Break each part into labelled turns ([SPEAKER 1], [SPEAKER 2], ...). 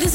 [SPEAKER 1] This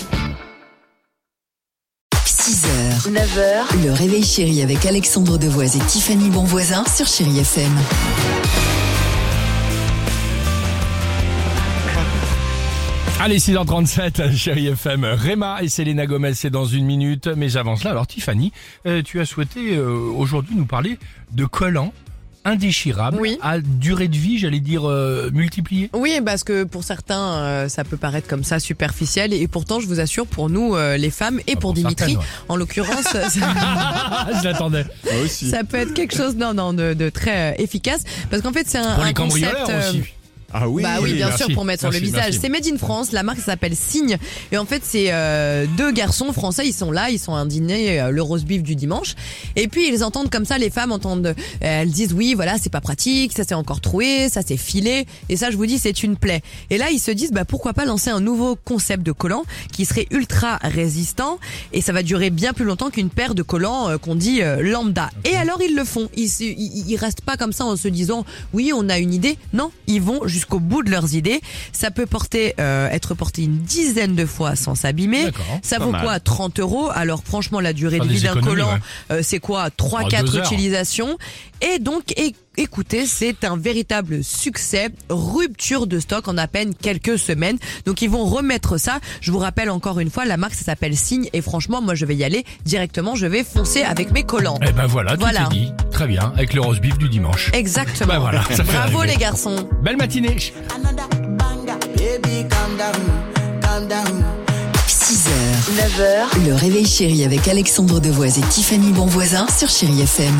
[SPEAKER 2] 6h, 9h, le réveil chéri avec Alexandre Devoise et Tiffany Bonvoisin sur Chérie FM.
[SPEAKER 3] Allez, 6h37, chérie FM, Réma et Selena Gomez, c'est dans une minute. Mais j'avance là. Alors, Tiffany, euh, tu as souhaité euh, aujourd'hui nous parler de collants indéchirables
[SPEAKER 4] Oui.
[SPEAKER 3] à durée de vie, j'allais dire euh, multipliée.
[SPEAKER 4] Oui, parce que pour certains, euh, ça peut paraître comme ça superficiel, et pourtant, je vous assure, pour nous, euh, les femmes, et
[SPEAKER 3] Ah,
[SPEAKER 4] pour,
[SPEAKER 3] pour
[SPEAKER 4] Dimitri,
[SPEAKER 3] certaines, ouais.
[SPEAKER 4] en l'occurrence, ça,
[SPEAKER 3] Ah, je l'attendais.
[SPEAKER 5] aussi.
[SPEAKER 4] ça peut être quelque chose, non, non, de, de très euh, efficace, parce qu'en fait, c'est un,
[SPEAKER 3] Pour les
[SPEAKER 4] un concept.
[SPEAKER 3] cambrioleurs
[SPEAKER 4] euh,
[SPEAKER 3] aussi.
[SPEAKER 5] Ah oui.
[SPEAKER 4] Bah oui, bien
[SPEAKER 3] merci,
[SPEAKER 4] sûr, pour mettre sur le
[SPEAKER 3] merci,
[SPEAKER 4] visage.
[SPEAKER 3] merci.
[SPEAKER 4] C'est Made in France, la marque s'appelle Signe. Et en fait, c'est euh, deux garçons français, ils sont là, ils sont à un dîner, euh, le roast beef du dimanche. Et puis, ils entendent comme ça, les femmes entendent, euh, elles disent oui, voilà, c'est pas pratique, ça c'est encore troué, ça c'est filé. Et ça, je vous dis, c'est une plaie. Et là, ils se disent, bah pourquoi pas lancer un nouveau concept de collant qui serait ultra résistant et ça va durer bien plus longtemps qu'une paire de collants euh, qu'on dit euh, lambda. Et alors ils le font. Ils, se- ils, ils restent pas comme ça en se disant oui on a une idée. Non, ils vont jusqu'au bout de leurs idées. Ça peut porter euh, être porté une dizaine de fois sans s'abîmer.
[SPEAKER 3] D'accord.
[SPEAKER 4] Ça
[SPEAKER 5] Pas
[SPEAKER 4] vaut
[SPEAKER 5] mal.
[SPEAKER 4] quoi 30 euros. Alors franchement la durée
[SPEAKER 3] Faire
[SPEAKER 4] de
[SPEAKER 3] des
[SPEAKER 4] vie d'un
[SPEAKER 3] économies,
[SPEAKER 4] collant
[SPEAKER 3] ouais.
[SPEAKER 4] euh, c'est quoi
[SPEAKER 3] Ah,
[SPEAKER 4] 3-4
[SPEAKER 3] deux heures.
[SPEAKER 4] utilisations. Et donc é- écoutez c'est un véritable succès. Rupture de stock en à peine quelques semaines. Donc ils vont remettre ça. Je vous rappelle encore une fois, la marque ça s'appelle Signe et franchement moi je vais y aller directement, je vais foncer avec mes collants.
[SPEAKER 3] Eh ben voilà, tout
[SPEAKER 4] Voilà.
[SPEAKER 3] est dit. Très bien, avec le roast beef du dimanche.
[SPEAKER 4] Exactement.
[SPEAKER 3] Bah voilà, ça fait
[SPEAKER 4] Bravo
[SPEAKER 3] rêver.
[SPEAKER 4] les garçons.
[SPEAKER 3] Belle matinée.
[SPEAKER 2] 6h, 9h, le réveil chéri avec Alexandre Devoise et Tiffany Bonvoisin sur Chérie FM.